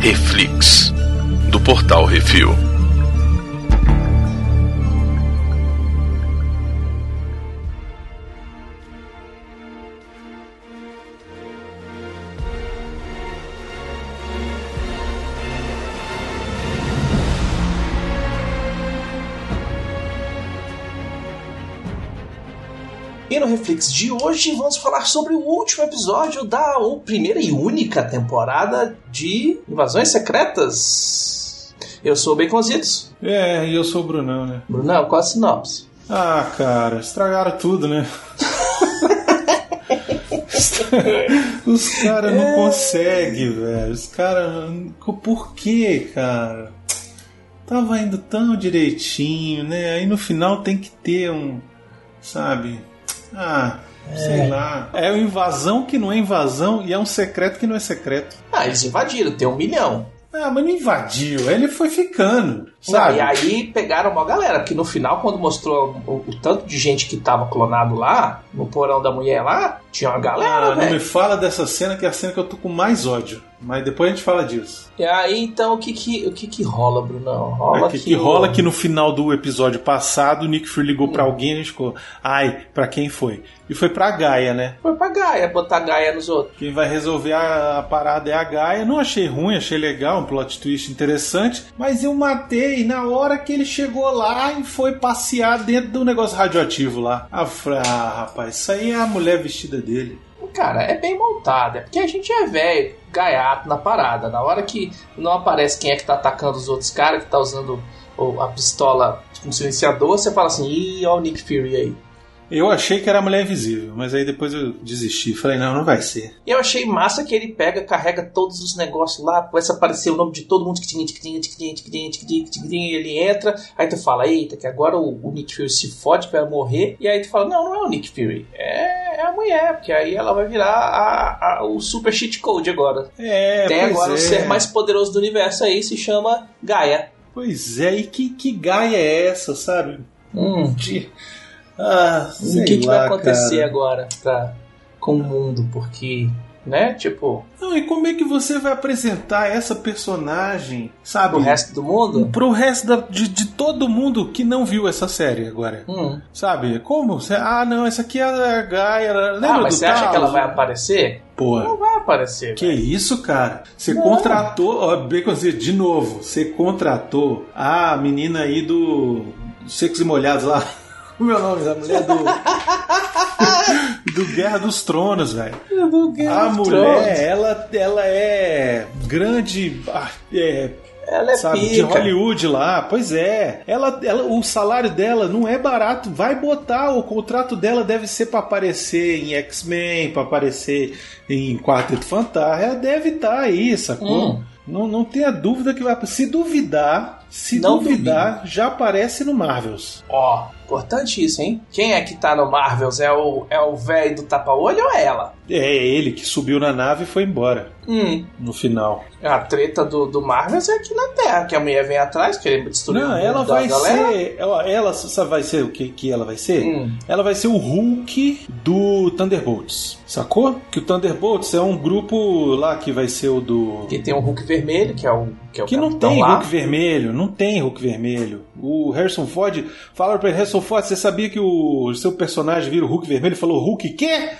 Reflex, do portal Refil. E no Reflex de hoje vamos falar sobre o último episódio da o- primeira e única temporada de Invasões Secretas. Eu sou o Baconzitos. É, e eu sou o Brunão, né? Brunão, qual a sinopse? Ah, cara, estragaram tudo, né? Os caras não É. conseguem, velho. Os caras. Por quê, cara? Tava indo tão direitinho, né? Aí no final tem que ter um. Sabe? Ah, sei lá. É uma invasão que não é invasão e é um secreto que não é secreto. Ah, eles invadiram, tem um milhão. Ah, mas não invadiu. Ele foi ficando, Não, sabe? e aí pegaram uma galera, porque no final, quando mostrou o, o tanto de gente que tava clonado lá, no porão da mulher lá, tinha uma galera, Ah, não velho. me fala dessa cena, que é a cena que eu tô com mais ódio. Mas depois a gente fala disso. E aí, então, o que que, o que, que rola, Brunão? Rola é que, que que o- rola que no final do episódio passado, o Nick Fury ligou pra alguém e a gente ficou, ai, pra quem foi? E foi pra Gaia, né? Foi pra Gaia, é botar Gaia nos outros. Quem vai resolver a, a parada é a Gaia. Não achei ruim, achei legal, um plot twist interessante. Mas eu matei na hora que ele chegou lá e foi passear dentro do negócio radioativo lá. Ah, fra- ah, rapaz, isso aí é a mulher vestida dele. Cara, é bem montada. É porque a gente é velho, gaiato na parada. Na hora que não aparece quem é que tá atacando os outros caras, que tá usando o- a pistola com silenciador, você fala assim, ih, ó o Nick Fury aí. Eu achei que era a mulher invisível, mas aí depois eu desisti. Falei, não, não vai ser. E eu achei massa que ele pega, carrega todos os negócios lá, começa a aparecer o nome de todo mundo, tic-tic, tic-tic, tic-tic, tic-tic, tic-tic, tic-tic, ele entra, aí tu fala, eita, que agora o, o Nick Fury se fode, vai morrer, e aí tu fala, não, não é o Nick Fury, é, é a mulher, porque aí ela vai virar a- a- o super cheat code agora. É, Tem pois agora é. o ser mais poderoso do universo aí, se chama Gaia. Pois é, e que, que gaia é essa, sabe? Hum, De... Ah, o sei que, que lá, vai acontecer cara. agora pra, com o mundo? Porque, né, tipo, Não, e como é que você vai apresentar essa personagem, sabe? pro resto do mundo... Pro resto da- de, de todo mundo que não viu essa série agora. Hum. Sabe? Como? Cê- Ah, não, essa aqui é a Gaia. ela- Lembra Ah, mas do você acha caos? que ela vai aparecer? Pô, Não vai aparecer. Que velho. isso, cara? Você Não. contratou, ó, Baconzinho, de novo, você contratou a menina aí do Secos e Molhados lá. é O meu nome, a mulher do. do Guerra dos Tronos, velho. A mulher, ela, ela é grande. ah, é, Ela é sabe, pica. de Hollywood lá, pois é. Ela, ela, o salário dela não é barato, vai botar, o contrato dela deve ser pra aparecer em X-Men, pra aparecer em Quarteto Fantástico, ela deve estar aí, sacou? Hum. Não, não tenha dúvida que vai. Se duvidar, se Não duvidar, já aparece no Marvels. Ó, importante isso, hein? Quem é que tá no Marvels? É o é o velho do tapa-olho ou é ela? É ele que subiu na nave e foi embora Hum. no final. A treta do, do Marvels é aqui na Terra, que a mulher vem atrás, querendo destruir o não, mundo ela da vai galera. ser. Ela, ela sabe vai ser o que, que ela vai ser? Hum. Ela vai ser o Hulk do Thunderbolts, sacou? Que o Thunderbolts é um grupo lá que vai ser o do. Que tem o Hulk vermelho, que é o que, é o Que não capitão tem lá. Hulk vermelho, não tem Hulk vermelho. O Harrison Ford, falaram pra ele, Harrison Ford, você sabia que o seu personagem vira o Hulk vermelho? Ele falou, Hulk quê?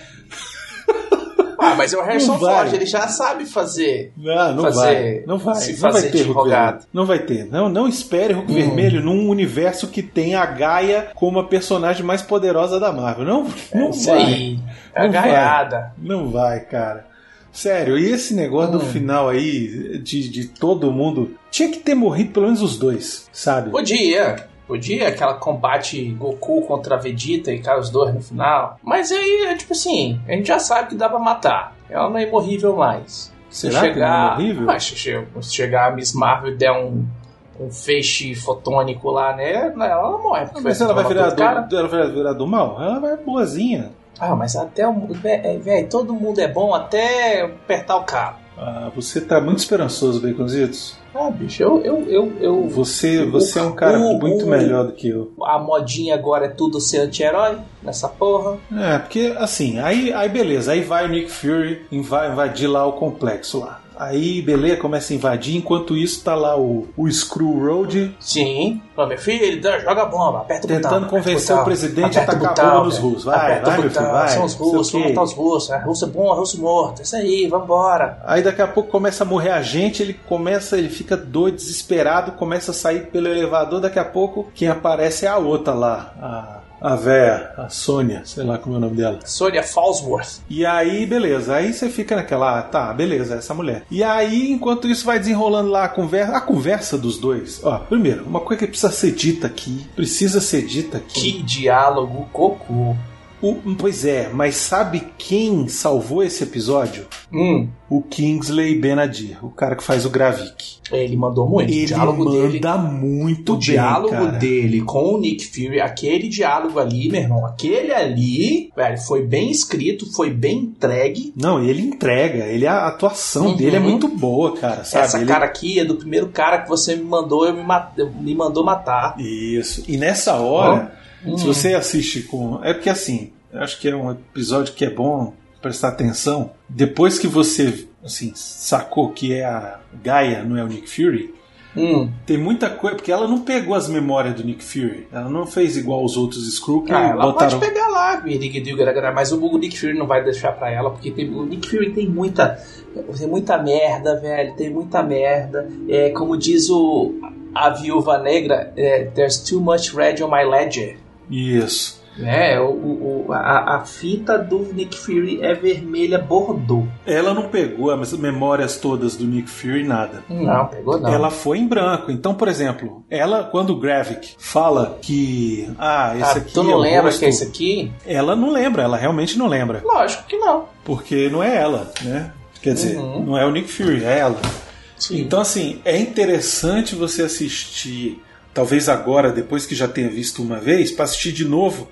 Ah, mas é o Harrison Não vai. Ford, ele já sabe fazer. Ah, não Fazer- vai. Não vai. se não fazer vai de ter Hum. Hulk rogado. vermelho. Não vai ter. Não, não espere Hulk vermelho num universo que tem a Gaia como a personagem mais poderosa da Marvel. Não, não é, Isso vai. aí. É a Não vai. gaiada. Não vai, cara. Sério, e esse negócio do Hum. final aí, de, de todo mundo. Tinha que ter morrido pelo menos os dois, sabe? Podia. Podia aquela combate Goku contra Vegeta e cai os dois no final. Mas aí, é tipo assim, a gente já sabe que dá pra matar. Ela não é imorrível mais. Se Será que não é chegar. imorrível? Ah, se che- se chegar a Miss Marvel e der um, um feixe fotônico lá, né? Ela não morre. porque Mas ela vai, matar virar o do, ela vai virar do mal? Ela vai boazinha. Ah, mas até o. Velho, todo mundo é bom até apertar o carro. Ah, você tá muito esperançoso, Baconzitos. Ah, bicho, eu. eu, eu, eu- Você, você é um cara O- muito o- melhor do que eu. a modinha agora é tudo ser anti-herói nessa porra. É, porque assim, aí, aí beleza, aí vai o Nick Fury inva- invadir lá o complexo lá. Aí, beleza, começa a invadir. Enquanto isso, tá lá o, o Screw Road Sim. Fala, meu filho, dá- joga a bomba, aperta o botão. tentando aperta convencer o botão, presidente a aperta o tacar a botão, bomba nos velho. russos. Vai, Aperta vai, o meu filho, botão, vai. São os não sei o russos, vamos quê. matar os russos. Ah, russo é bom, russo morto. É isso aí, vambora. Aí daqui a pouco começa a morrer a gente, ele começa, ele fica doido, desesperado, começa a sair pelo elevador, daqui a pouco quem aparece é a outra lá, a, a véia, a Sônia, sei lá como é o nome dela. Sônia Falsworth. E aí, beleza, aí você fica naquela, ah, tá, beleza, essa mulher. E aí, enquanto isso vai desenrolando lá a conversa, a conversa dos dois. Ó, primeiro, uma coisa que precisa ser dita aqui, precisa ser dita aqui. Que diálogo cocô. O- pois é, mas sabe quem salvou esse episódio? Hum, O Kingsley Benadir, o cara que faz o Gravik. ele mandou muito. Ele o diálogo manda dele. muito O bem, diálogo cara. dele com o Nick Fury, aquele diálogo ali, meu irmão, aquele ali, velho, foi bem escrito, foi bem entregue. Não, ele entrega, ele a atuação Uhum. dele é muito boa, cara, sabe? Essa Ele- cara aqui é do primeiro cara que você me mandou, eu me, ma- eu- me mandou matar. Isso. E nessa hora, Hum. se você assiste com, é porque assim, eu acho que é um episódio que é bom prestar atenção. Depois que você, assim, sacou que é a Gaia, não é o Nick Fury, Hum. tem muita coisa porque ela não pegou as memórias do Nick Fury. Ela não fez igual os outros Screw que Ah, ela é, botaram. pode pegar lá, Guiriguidigaragara, mas o Nick Fury não vai deixar pra ela, porque tem- o Nick Fury tem muita. Tem muita merda, velho. Tem muita merda. É, como diz o, a viúva negra, é, there's too much red on my ledger. Isso. É, o, o- o- a, a fita do Nick Fury é vermelha bordô. Ela não pegou as memórias todas do Nick Fury, nada. Não, pegou não. Ela foi em branco. Então, por exemplo, ela, quando o Gravik fala que. Ah, esse Ah, aqui. tu é não o lembra rosto", que é esse aqui? Ela não lembra, ela realmente não lembra. Lógico que não. Porque não é ela, né? Quer dizer, Uhum. não é o Nick Fury, é ela. Sim. Então, assim, é interessante você assistir, talvez agora, depois que já tenha visto uma vez, para assistir de novo,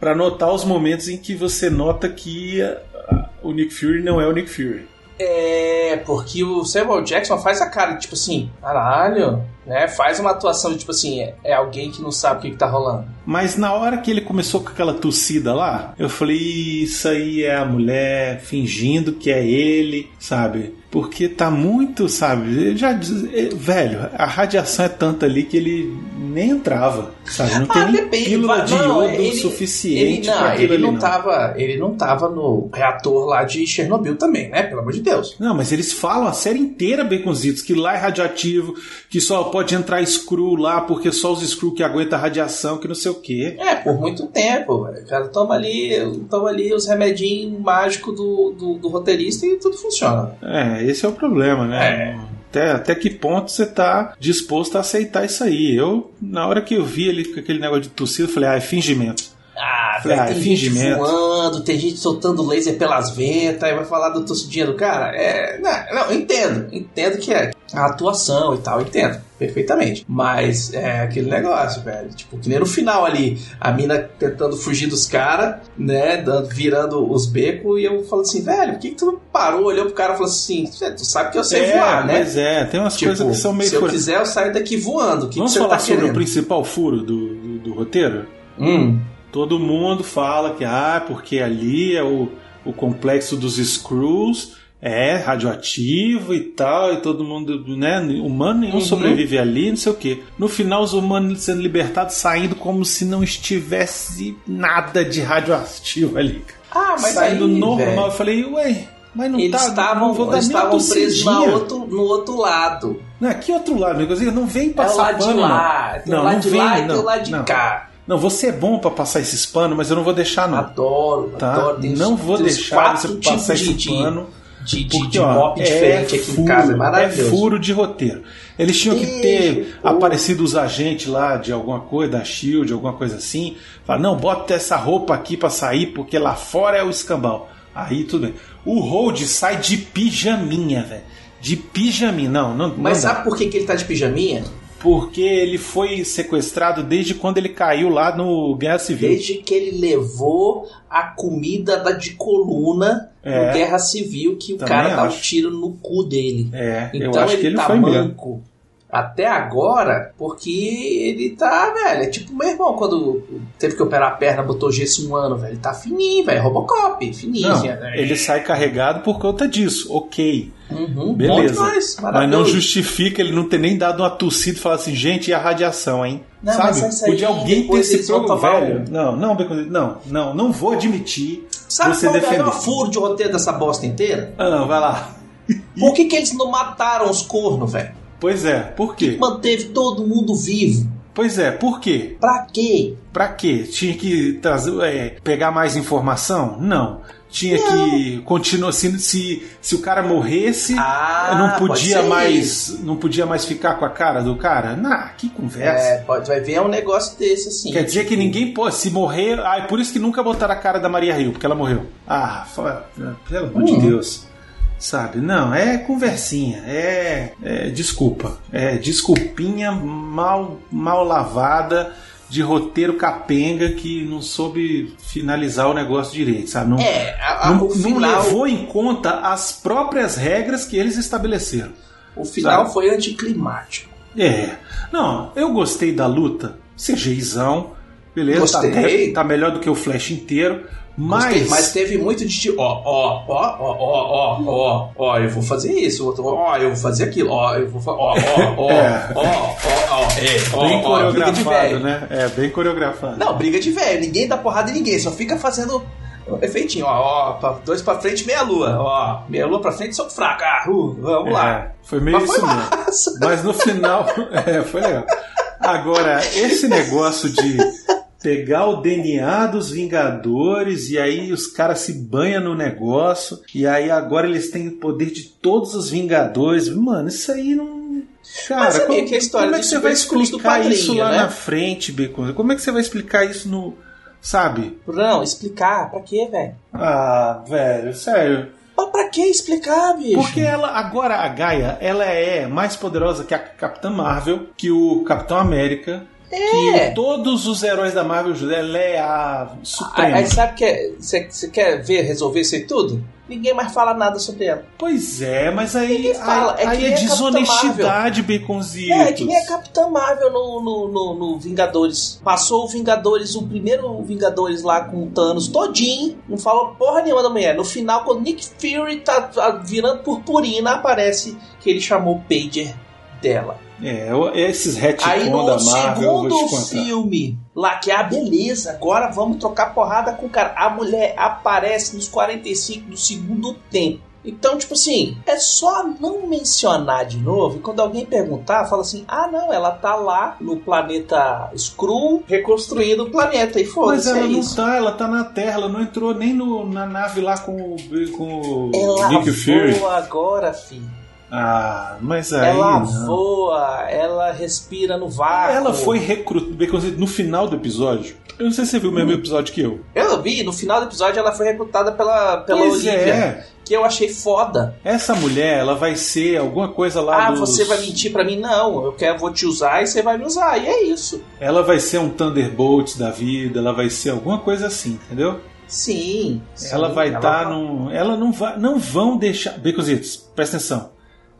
para notar os momentos em que você nota que ah, ah, o Nick Fury não é o Nick Fury. É, porque o Samuel Jackson faz a cara, tipo assim, caralho, né? Faz uma atuação de tipo assim, é, é alguém que não sabe o que, que tá rolando. Mas na hora que ele começou com aquela tossida lá, eu falei: "Ih, Isso aí é a mulher fingindo que é ele, sabe? Porque tá muito, sabe? ele Já, diz- eh, velho, a radiação é tanta ali que ele nem entrava, sabe? Não tem nem Ah, depende, pílula vai- de não, iodo ele- Ele suficiente não, pra aquilo ele ali, não, tá- não. tava, ele não tava no reator lá de Chernobyl também, né? Pelo amor de Deus. Não, mas eles falam a série inteira, Baconzitos, que lá é radioativo, que só pode entrar screw lá, porque só os screw que aguenta a radiação, que não sei o quê. É, por muito tempo, velho. O cara toma ali, toma ali os remedinhos mágicos do, do, do roteirista e tudo funciona. É, esse é o problema, né? É. Até, até que ponto você tá disposto a aceitar isso aí? Eu, na hora que eu vi ele com aquele negócio de tossir, eu falei, ah, é fingimento. Ah, velho, Ah, tem é gente fingimento. voando, tem gente soltando laser pelas ventas, aí vai falar do tossidinha do cara. É, não, não, entendo, entendo que é a atuação e tal, entendo perfeitamente. Mas é aquele negócio, velho. Tipo, que nem no final ali, a mina tentando fugir dos caras, né, dando- virando os becos, e eu falo assim, velho, por que, que tu não parou, olhou pro cara e falou assim, "Cê, tu sabe que eu sei é, voar, né? Mas é, tem umas Tipo, coisas que são meio se eu fora. quiser, eu saio daqui voando. O que, que Vamos você falar tá sobre o querendo? principal furo do, do, do roteiro? Hum, Todo mundo fala que, ah, porque ali é o, o complexo dos Screws, é radioativo e tal, e todo mundo, né, humano nenhum Uhum. sobrevive ali, não sei o quê. No final, os humanos sendo libertados, saindo como se não estivesse nada de radioativo ali. Ah, mas saindo aí, normal, velho, eu falei, ué, mas não eles tá, estavam, não vou dar eles nem uma estavam presos na tossidinha. outro, no outro lado. Não, aqui é outro lado, negócio, não vem É o passar lado de pano, não. lá. Tem o Não, lado não de vem, lá e tem o não, lado de não. cá. Não, você é bom pra passar esses panos, mas eu não vou deixar não. Adoro, Tá? adoro. Tem os- não vou tem os deixar quatro você tipos passar de, esse de, pano. de, de, Porque, de ó, mop é diferente aqui em casa. É É maravilhoso. uh. furo de roteiro. Eles tinham que Ih, ter pô. aparecido os agentes lá de alguma coisa, da Shield, alguma coisa assim. Falar, não, bota essa roupa aqui pra sair, porque lá fora é o escambau. Aí tudo bem. O Hold sai de pijaminha, velho. De pijaminha. Não, não. Mas não dá. sabe por que, que ele tá de pijaminha? Porque ele foi sequestrado desde quando ele caiu lá no Guerra Civil. Desde que ele levou a comida da de coluna É. no Guerra Civil, que o Também cara dá um acho. tiro no cu dele. É, Então eu acho que ele tá foi mesmo. manco. até agora, porque ele tá, velho, é tipo meu irmão quando teve que operar a perna, botou gesso um ano, velho, ele tá fininho, velho, Robocop, fininho. assim, Não, velho. ele sai carregado por conta disso, ok. Uhum, Beleza. bom demais, Mas não maravilhoso. justifica ele não ter nem dado uma tossida e falar assim, gente, e a radiação, hein? Não, Sabe? mas isso aí Podia alguém ter depois se eles vão preocupado. tomar um. velho. Não, não, Beconzito, não, não, não vou admitir Sabe você qual é o defender. maior furo de roteiro dessa bosta inteira? Ah, vai lá. Por que, que eles não mataram os cornos, velho? Pois é, por quê? Manteve todo mundo vivo. Pois é, por quê? Pra quê? Pra quê? Tinha que trazer, é, pegar mais informação? Não. Tinha que continuar se, se se o cara morresse, Ah, não pode podia ser isso. mais, não podia mais ficar com a cara do cara. Nah, que conversa. É, pode, vai ver é um negócio desse assim. Quer dizer que ninguém pô, se morrer, ah, é por isso que nunca botaram a cara da Maria Rio, porque ela morreu. Ah, fa- pelo amor de Hum. Deus. Sabe? Não, é conversinha, é, é desculpa, é desculpinha mal mal lavada de roteiro capenga que não soube finalizar o negócio direito, sabe? Não, É, a, a, não- o não final, levou em conta as próprias regras que eles estabeleceram. o final sabe? foi anticlimático. É. Não, eu gostei da luta. CGIzão. Beleza, tá, Gostei. até- tá melhor do que o Flash inteiro. Mas. Gostei, mas teve muito de ti- ó, ó, ó, ó, ó, ó, ó, ó, eu vou fazer isso, outro, ó, eu vou fazer aquilo, ó, eu vou fa- ó, ó, ó, É. ó, ó, ó, é, ó, Bem ó, briga de coreografado, velho. né? É, bem coreografado. Não, briga de velho, ninguém dá porrada em ninguém, só fica fazendo efeitinho, ó, ó, pra- dois pra frente, meia lua, ó, meia lua pra frente, sou fraco, ah, uh, vamos É, lá. Foi meio Mas foi isso mesmo. massa. Mas no final. é, foi legal. Agora, esse negócio de pegar o DNA dos Vingadores e aí os caras se banham no negócio e aí agora eles têm o poder de todos os Vingadores. Mano, isso aí não. Cara, Mas é meio como, que a história como é que dos você vai superescuros do explicar quadrinho, isso lá né? na frente, Bacon? Como é que você vai explicar isso no. Sabe? Não, explicar, pra quê, velho? Ah, velho, sério. Mas pra que explicar, bicho? É. Porque ela, agora a Gaia, ela é mais poderosa que a Capitã Marvel, que o Capitão América, É. que todos os heróis da Marvel, ela é a Aí, suprema. aí sabe que é, você quer ver, resolver isso aí tudo? Ninguém mais fala nada sobre ela. Pois é, mas aí, Ninguém fala, aí, é aí que é, nem a Capitã desonestidade, Baconzitos. É, que nem a Capitã Marvel no, no, no- no Vingadores. Passou o Vingadores, o primeiro Vingadores lá com o Thanos todinho. Não falou porra nenhuma da mulher. No final, quando Nick Fury tá, tá virando purpurina, aparece que ele chamou o Pager dela. É, eu- esses Aí retcon no da Marvel, eu vou segundo te contar. filme, lá que é a beleza, agora vamos trocar porrada com o cara. A mulher aparece nos 45 do segundo tempo. Então, tipo assim, é só não mencionar de novo. E quando alguém perguntar, fala assim: ah, não, ela tá lá no planeta Skrull, reconstruindo o planeta. E Mas foda-se, ela é não isso. tá, ela tá na Terra, ela não entrou nem no- na nave lá com, o- com o Ela Nick Fury. voa agora, filho. Ah, mas aí. ela não. voa, ela respira no vácuo. Ela foi recrutada. No final do episódio, eu não sei se você viu o Hum. mesmo episódio que eu. Eu vi, no final do episódio ela foi recrutada pela, pela pois Olivia. é. que eu achei foda. Essa mulher, ela vai ser alguma coisa lá ah, dos- você vai mentir pra mim? Não, eu quero, vou te usar e você vai me usar. E é isso. Ela vai ser um Thunderbolt da vida, ela vai ser alguma coisa assim, entendeu? Sim. sim, ela vai tá estar num. Ela não vai. Não vão deixar. Becositos, presta atenção.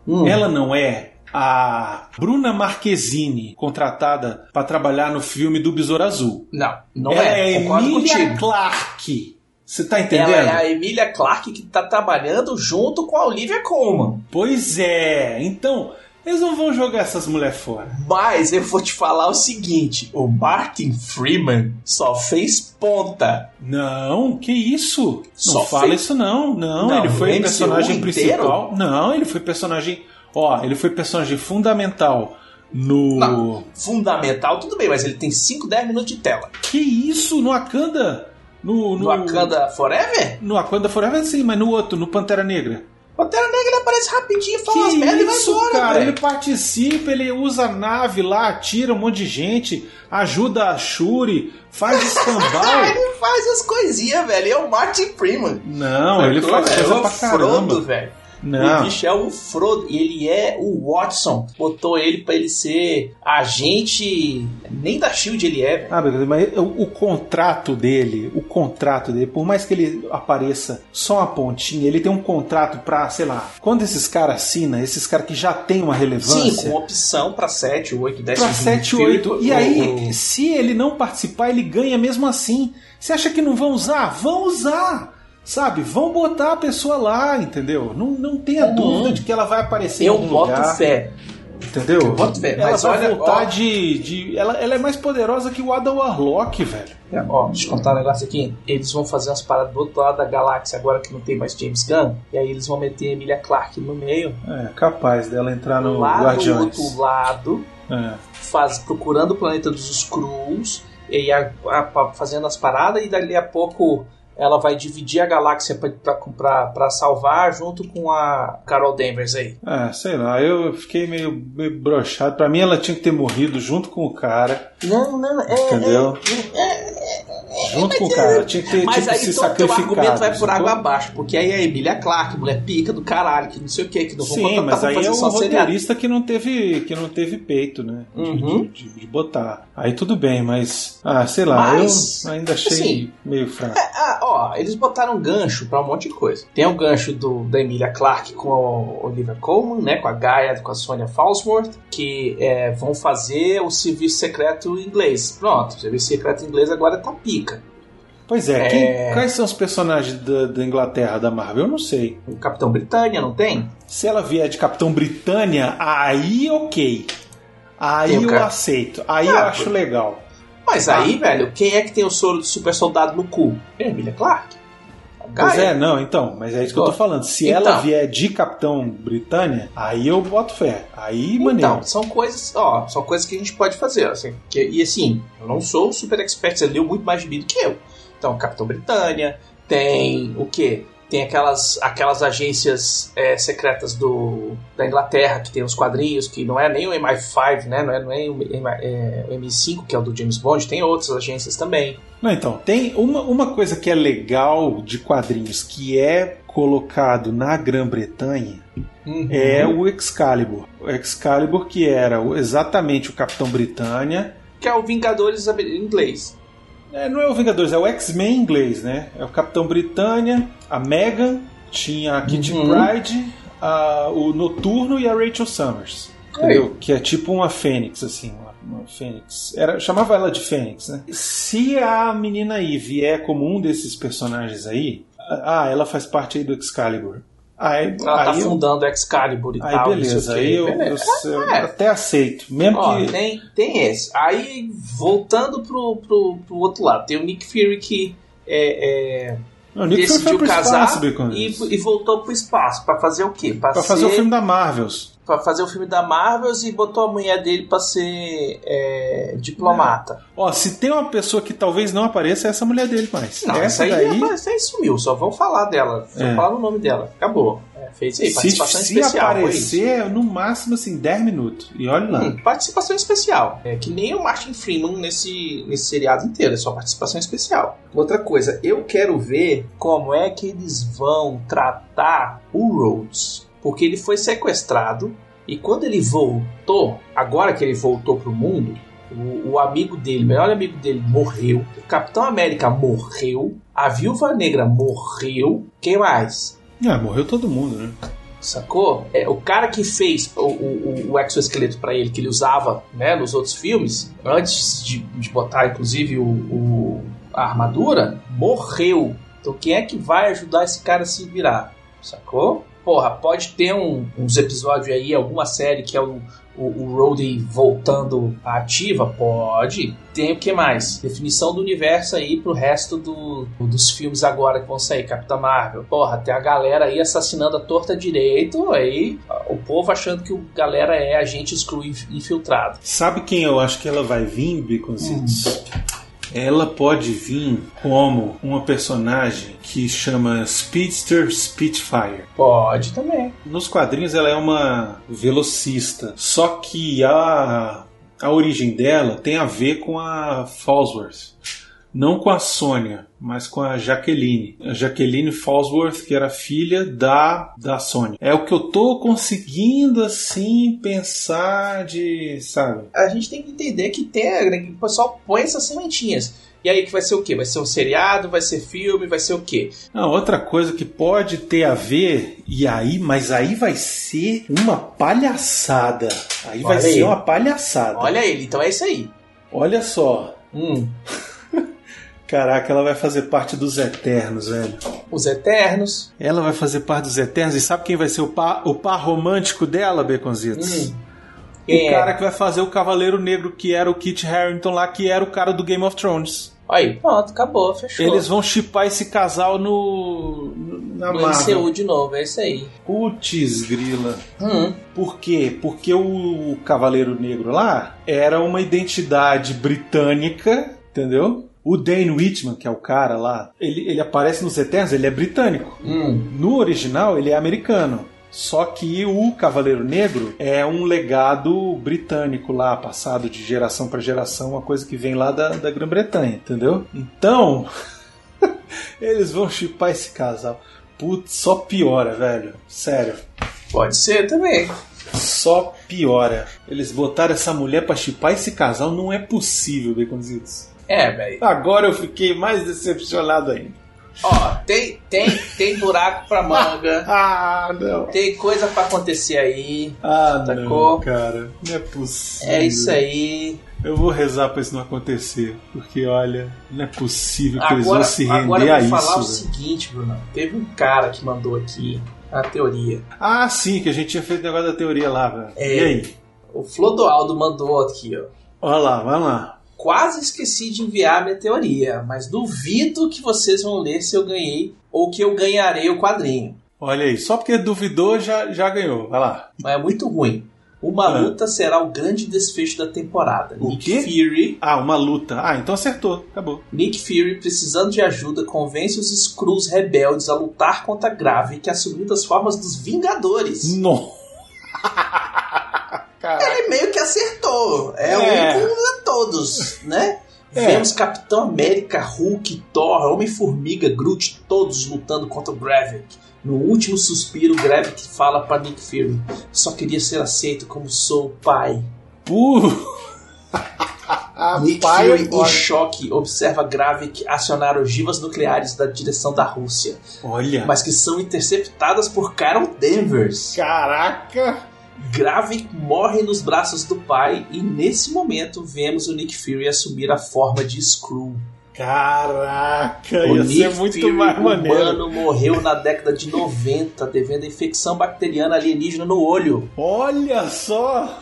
Hum. Ela não é a Bruna Marquezine contratada pra trabalhar no filme do Besouro Azul. Não, não ela é. é a Concordo Emilia contigo. Clarke. Você tá entendendo? Ela é a Emília Clarke que tá trabalhando junto com a Olivia Colman. Pois é, então eles não vão jogar essas mulheres fora. Mas eu vou te falar o seguinte: o Martin Freeman só fez ponta. Não, que isso? Não Só fala fez- isso não. Não, Não, ele foi o MCU personagem principal. inteiro? Não, ele foi personagem, ó, ele foi personagem fundamental no Não. Fundamental, tudo bem, mas ele tem 5, 10 minutos de tela. Que isso? No Akanda? No No Wakanda Forever? No Akanda Forever sim, mas no outro, no Pantera Negra. Pantera Negra ele aparece rapidinho, fala umas que merda e vai isso, embora, cara? velho. Ele participa, ele usa a nave lá, atira um monte de gente, ajuda a Shuri, faz escambau. Ah, ele faz as coisinhas, velho. Ele é o Martin Freeman. Não, ele Sacou, faz velho? coisa É o pra Frodo, caramba. velho. O bicho é o Frodo e ele é o Watson. Botou ele pra ele ser agente. Nem da Shield ele é, velho. Ah, beleza, mas o, o contrato dele, o contrato dele, por mais que ele apareça só uma pontinha, ele tem um contrato pra, sei lá, quando esses caras assinam, esses caras que já têm uma relevância. Sim, com opção pra 7, 8, 10, Pra 7, 8. E aí, se ele não participar, ele ganha mesmo assim. Você acha que não vão usar? Vão usar! Sabe? Vão botar a pessoa lá, entendeu? Não, não tenha Não. dúvida de que ela vai aparecer em Uhum. Eu algum boto lugar. fé. Entendeu? Eu boto fé, Ela tá mas vai olha, voltar ó. de... de ela, ela é mais poderosa que o Adam Warlock, velho. É, Ó, deixa eu contar um negócio aqui. Eles vão fazer umas paradas do outro lado da galáxia agora que não tem mais James Gunn. E aí eles vão meter a Emilia Clarke no meio. É, capaz dela entrar Ah, no lá do Guardiões. outro lado. É. faz, procurando o planeta dos Skrulls, e a- a- a- fazendo as paradas, e dali a pouco ela vai dividir a galáxia pra- pra pra- pra salvar junto com a Carol Danvers aí. Ah, sei lá, eu fiquei meio, meio brochado. Pra mim, ela tinha que ter morrido junto com o cara, Não, não, é. entendeu? junto com o cara, ela tinha que ter tinha Mas que aí se todo teu sacrificado. argumento vai por sacou? água abaixo, porque aí é a Emília Clark, mulher pica do caralho, que não sei o que, que não vão Sim, contratar, mas vão aí fazer é o só seriado. roteirista que não teve que não teve peito, né? De, Uhum. de- de- de botar. Aí tudo bem, mas ah, sei lá, Mas, eu ainda achei assim, meio fraco. Ah, ó, eles botaram gancho pra um monte de coisa. Tem o gancho do, da Emilia Clarke com a Oliver Coleman, né? Com a Gaia, com a Sonia Falsworth, que é, vão fazer o serviço secreto inglês. Pronto, o serviço secreto inglês agora tá pica. Pois é, é. quem- quais são os personagens da, da Inglaterra da Marvel? Eu não sei. O Capitão Britânia, não tem? Se ela vier de Capitão Britânia, aí ok. Aí Tem o eu cara- aceito. Aí Ah, eu pô. acho legal. Mas aí, velho, quem é que tem o soro do super soldado no cu? É a Emilia Clarke. A Pois Gaia. é, não, então, mas é isso que eu tô Ó, falando. Se então. ela vier de Capitão Britânia, aí eu boto fé. Aí, maneiro. Então, são coisas, ó, são coisas que a gente pode fazer, assim. que- e assim, eu não sou super expert, você leu muito mais de mim do que eu. Então, Capitão Britânia, tem o quê? Tem aquelas, aquelas agências é, secretas do, da Inglaterra que tem os quadrinhos, que não é nem o MI5, né? Não é, não é o, MI- é, o MI5, que é o do James Bond, tem outras agências também. Não, então, tem uma, uma coisa que é legal de quadrinhos que é colocado na Grã-Bretanha é Uhum. o Excalibur. O Excalibur que era o- exatamente o Capitão Britânia. Que é o Vingadores ab- em inglês. É, não é o Vingadores, é o X-Men em inglês, né? É o Capitão Britânia, a Megan, tinha a Kitty Uhum. Pryde, a- o Noturno e a Rachel Summers. Entendeu? Que é tipo uma Fênix, assim, uma, uma Fênix. Era, chamava ela de Fênix, né? Se a menina aí vier como um desses personagens aí, ah, ela faz parte aí do Excalibur. Aí, Ela tá aí eu- fundando a Excalibur e aí tal. não sei beleza, o quê. aí eu, eu- eu É. até aceito. Mesmo Ó, né? que. tem, tem esse. Aí, voltando pro, pro, pro outro lado, tem o Nick Fury que é, é, Não, o Nick Fury foi decidiu pro casar espaço, Bacon. e, e voltou pro espaço pra fazer o quê? Pra, é Pra fazer o ser- filme da Marvels. pra fazer o filme da Marvels e botou a mulher dele pra ser é, diplomata. Ó, se tem uma pessoa que talvez não apareça, é essa mulher dele mais. Não, essa isso aí, daí, é- isso aí sumiu, só vão falar dela, só É. falar o nome dela. Acabou. É, fez aí, se, participação se especial. foi isso. aparecer, no máximo assim, 10 minutos. E olha lá. Hum, participação especial. É que nem o Martin Freeman nesse, nesse seriado inteiro, é só participação especial. Outra coisa, eu quero ver como é que eles vão tratar o Rhodes. Porque ele foi sequestrado e quando ele voltou, agora que ele voltou pro mundo, o, o amigo dele, o melhor amigo dele, morreu. O Capitão América morreu. A Viúva Negra morreu. Quem mais? Ah, morreu todo mundo, né? Sacou? É, o cara que fez o, o, o- o exoesqueleto pra ele, que ele usava né, nos outros filmes, antes de, de botar inclusive o, o- a armadura, morreu. Então quem é que vai ajudar esse cara a se virar? Sacou? Porra, pode ter um- uns episódios aí, alguma série que é o, o, o Rhodey voltando à ativa? Pode. Tem o que mais? Definição do universo aí pro resto do- dos filmes agora que vão sair. Capitã Marvel. Porra, tem a galera aí assassinando a torta direito. Aí a- o povo achando que o galera é agente screw inf- infiltrado. Sabe quem eu acho que ela vai vir, Hum. Baconzitos? Ela pode vir como uma personagem que chama Speedster Spitfire. Pode também. Nos quadrinhos ela é uma velocista, só que a, a origem dela tem a ver com a Falsworth. não com a Sônia, mas com a Jaqueline. A Jaqueline Falsworth, que era filha da, da Sônia. É o que eu tô conseguindo, assim, pensar de, sabe? A gente tem que entender que tem, né, que o pessoal põe essas sementinhas. E aí que vai ser o quê? Vai ser um seriado, vai ser filme, vai ser o quê? Ah, outra coisa que pode ter a ver, e aí, mas aí vai ser uma palhaçada. Aí vai Olha aí. ser uma palhaçada. Olha ele, então é isso aí. Olha só. Hum, Caraca, ela vai fazer parte dos Eternos, velho. os Eternos. Ela vai fazer parte dos Eternos e sabe quem vai ser o par, o par romântico dela, Beconzitos? Hum. O É. cara que vai fazer o Cavaleiro Negro, que era o Kit Harington lá, que era o cara do Game of Thrones. Aí, pronto, acabou, fechou. Eles vão chipar esse casal no. no- na no Marvel. MCU de novo, é isso aí. Putz, grila. Hum, Por quê? Porque o Cavaleiro Negro lá era uma identidade britânica, entendeu? O Dane Whitman, que é o cara lá, ele, ele aparece nos Eternos, ele é britânico. hum. No original, ele é americano. Só que o Cavaleiro Negro é um legado britânico lá, passado de geração para geração, uma coisa que vem lá da, da Grã-Bretanha, entendeu? Então, eles vão chipar esse casal. Putz, só piora, velho. Sério. Pode ser também. Só piora. Eles botaram essa mulher pra chipar esse casal, não é possível, Baconzitos. É, velho. Agora eu fiquei mais decepcionado ainda. Ó, tem, tem, tem buraco pra manga. Ah, não. Tem coisa pra acontecer aí. Ah, Sacou? não, cara. Não é possível. Tá É isso aí. Eu vou rezar pra isso não acontecer, porque olha, não é possível que eles vão Agora, se agora render eu a vou falar o isso. né? velho. seguinte, Bruno. Teve um cara que mandou aqui a teoria. Ah, sim, que a gente tinha feito o negócio da teoria lá, velho. É. E aí? O Flodoaldo mandou aqui, ó. Olha lá, vai lá. Quase esqueci de enviar minha teoria, mas duvido que vocês vão ler se eu ganhei ou que eu ganharei o quadrinho. Olha aí, só porque duvidou já, já ganhou. Vai lá. mas é muito ruim. Uma Ah. luta será o grande desfecho da temporada. O Nick quê? Fury, Ah, uma luta. Ah, então acertou. Acabou. Nick Fury, precisando de ajuda, convence os Skrulls rebeldes a lutar contra a Grave, que assumiu as formas dos Vingadores. Não. Caraca. Ele meio que acertou. É, Ah. É. um contra todos, né? É. Vemos Capitão América, Hulk, Thor, Homem-Formiga, Groot, todos lutando contra o Gravik. No último suspiro, Gravik fala para Nick Fury: Só queria ser aceito como sou, pai. Puro. Nick Fury, em choque, observa Gravik acionar ogivas nucleares da direção da Rússia, Olha. mas que são interceptadas por Carol Danvers. Caraca. Gravik morre nos braços do pai e nesse momento vemos o Nick Fury assumir a forma de Skrull. Caraca. O Ia Nick ser muito Fury mais maneiro. humano morreu na década de 90 devendo a infecção bacteriana alienígena no olho. Olha só.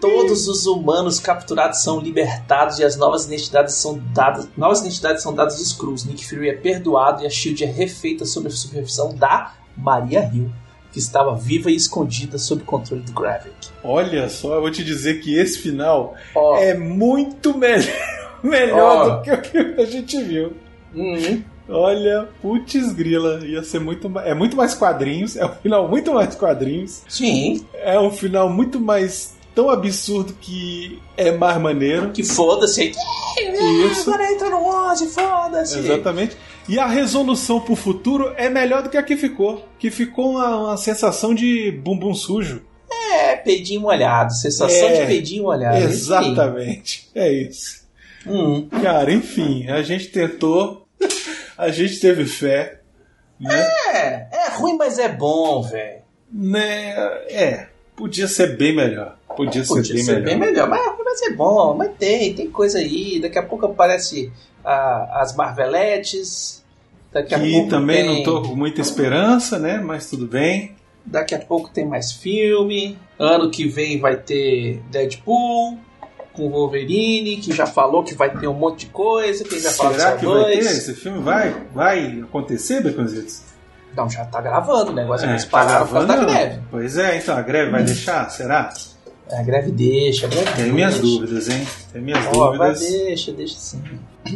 Todos os humanos capturados são libertados e as novas identidades são dadas. Novas identidades são dadas dos Skrulls. Nick Fury é perdoado e a Shield é refeita sob a supervisão da Maria Hill, que estava viva e escondida sob controle do Gravik. Olha só. Eu vou te dizer que esse final Ó, é muito melhor, melhor Ó. do que o que a gente viu. hum, Olha, putz grila, ia ser muito mais. É muito mais quadrinhos, é um final muito mais quadrinhos. sim, É um final muito mais tão absurdo que é mais maneiro. que foda-se. Isso. Agora entra no 11, foda-se. Exatamente. E a resolução pro futuro é melhor do que a que ficou. Que ficou uma, uma sensação de bumbum sujo. É, peidinho molhado, sensação É, de peidinho molhado. enfim. Exatamente. É isso. Hum, Cara, enfim, a gente tentou, a gente teve fé, né? É, é ruim, mas é bom, velho. Né, É, podia ser bem melhor. Podia ser, Podia bem, ser melhor. é bem melhor, mas vai ser bom, mas tem, tem coisa aí. Daqui a pouco aparece ah, as Marveletes. Daqui a Que pouco também tem, não tô com muita esperança, né? Mas tudo bem. Daqui a pouco tem mais filme. Ano que vem vai ter Deadpool com Wolverine, que já falou que vai ter um monte de coisa, que já falou Será só que vai ter? dois. Esse filme vai, vai acontecer, Beconzitos? Não, já tá gravando o negócio, É, eles pararam por causa da gravando? greve. É, Pois é, então a greve vai deixar? Será? A greve deixa, a greve Tem deixa. minhas dúvidas, hein? Tem minhas Ó, vai, dúvidas. deixa, deixa sim.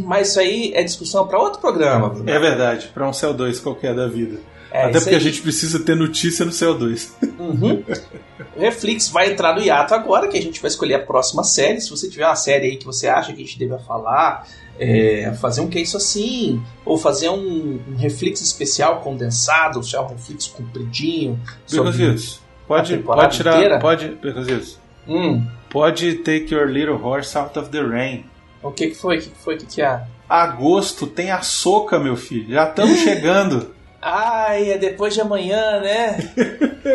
Mas isso aí é discussão pra outro programa, Bruno. É verdade, pra um Cell 2 qualquer da vida. É, Até isso porque a aí. gente precisa ter notícia no CO2. Uhum. O Reflex vai entrar no hiato agora, que a gente vai escolher a próxima série. Se você tiver uma série aí que você acha que a gente deve falar, é, fazer um que isso assim, ou fazer um, um Reflex especial condensado, já um Reflex compridinho. Sobre... Percosius, pode, a temporada pode tirar. inteira? Pode, Percosius, Hum, pode take your little horse out of the rain. o que que foi? O que que foi? O que que é? Agosto tem a soca, meu filho. Já estamos chegando. Ai, é depois de amanhã, né?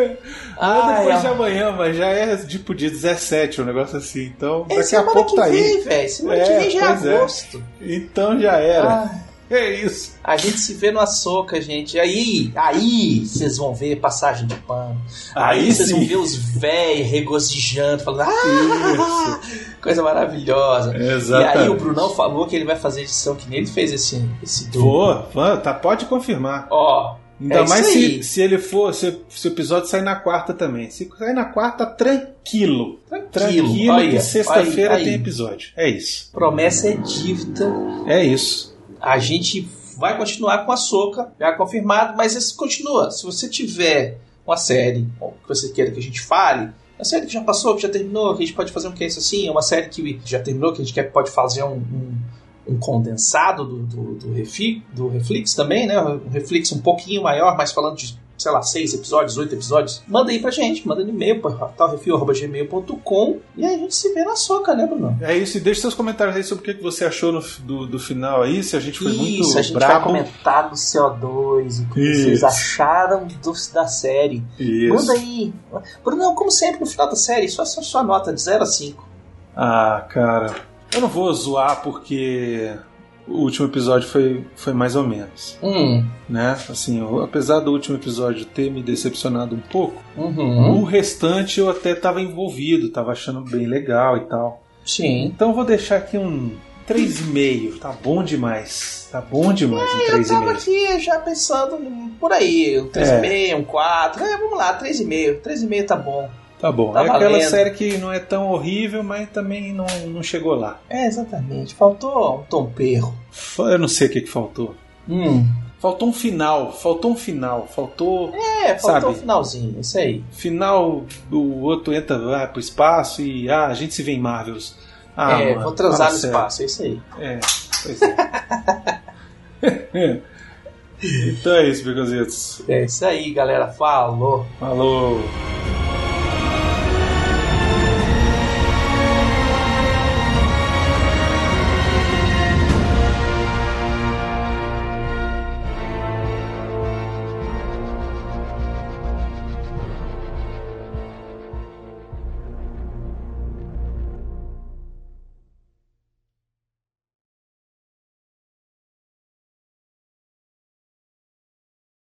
Não é Ai, depois de ó. amanhã, mas já é tipo dia 17, um negócio assim. Então, É daqui a semana pouco que tá aí. vem, velho. Semana É, que vem já é pois é. agosto. Então já era. Ah. É isso. A gente se vê no açouca, gente. Aí, aí vocês vão ver passagem de pano. Aí, Aí vocês vão sim. ver os velhos regozijando, falando, ah, coisa maravilhosa. Exatamente. E aí o Brunão falou que ele vai fazer edição que nem ele fez esse, esse duo. Vou, vou, tá, pode confirmar. Ó, Ainda É isso mais aí. se, se ele for, se, se o episódio sair na quarta também. Se sair na quarta, tranquilo. Tranquilo, Olha, que sexta-feira olha aí. tem episódio. É isso. promessa é dívida. É isso. A gente vai continuar com a soca, já confirmado, mas esse continua. Se você tiver uma série bom, que você queira que a gente fale, é uma série que já passou, que já terminou, que a gente pode fazer um que é isso assim, é uma série que já terminou, que a gente quer, pode fazer um, um- um condensado do, do, do, refi, do Reflex também, né? Um Reflex um pouquinho maior, mas falando de, sei lá, seis episódios, oito episódios, manda aí pra gente, manda no e-mail para talrefil.gmail.com e aí a gente se vê na soca, né, Bruno? É isso. E deixa seus comentários aí sobre o que que você achou no- do, do final aí. Se a gente foi Isso, a muito gente tá vai brabo. comentar do CO2, o que vocês Isso. acharam do- da série. Isso. Manda aí. Brunão, como sempre, no final da série, só só sua nota de 0 a 5. Ah, cara. Eu não vou zoar porque o último episódio foi, foi mais ou menos. Hum, Né? Assim, eu- apesar do último episódio ter me decepcionado um pouco, uhum. o restante eu até tava envolvido, tava achando bem legal e tal. Sim. Então eu vou deixar aqui um 3,5. Tá bom demais. Tá bom demais um É, Eu tava 3,5. aqui já pensando em- por aí, um É. 3,5, um 4. É, vamos lá, 3,5. 3,5 tá bom. Tá bom. Tá é aquela valendo. série que não é tão horrível, mas também não, não chegou lá. É, exatamente. Faltou um tom perro. Fa- Eu não sei o que, que faltou. Hum. Faltou um final. Faltou um final. Faltou. É, faltou o Sabe? finalzinho, isso aí. Final, o outro entra, vai pro espaço e ah, a gente se vê em Marvels. Ah, é, mano, vou transar fala no sério. espaço, é isso aí. É, pois é. então é isso, Bigozitos. É isso aí, galera. Falou. Falou!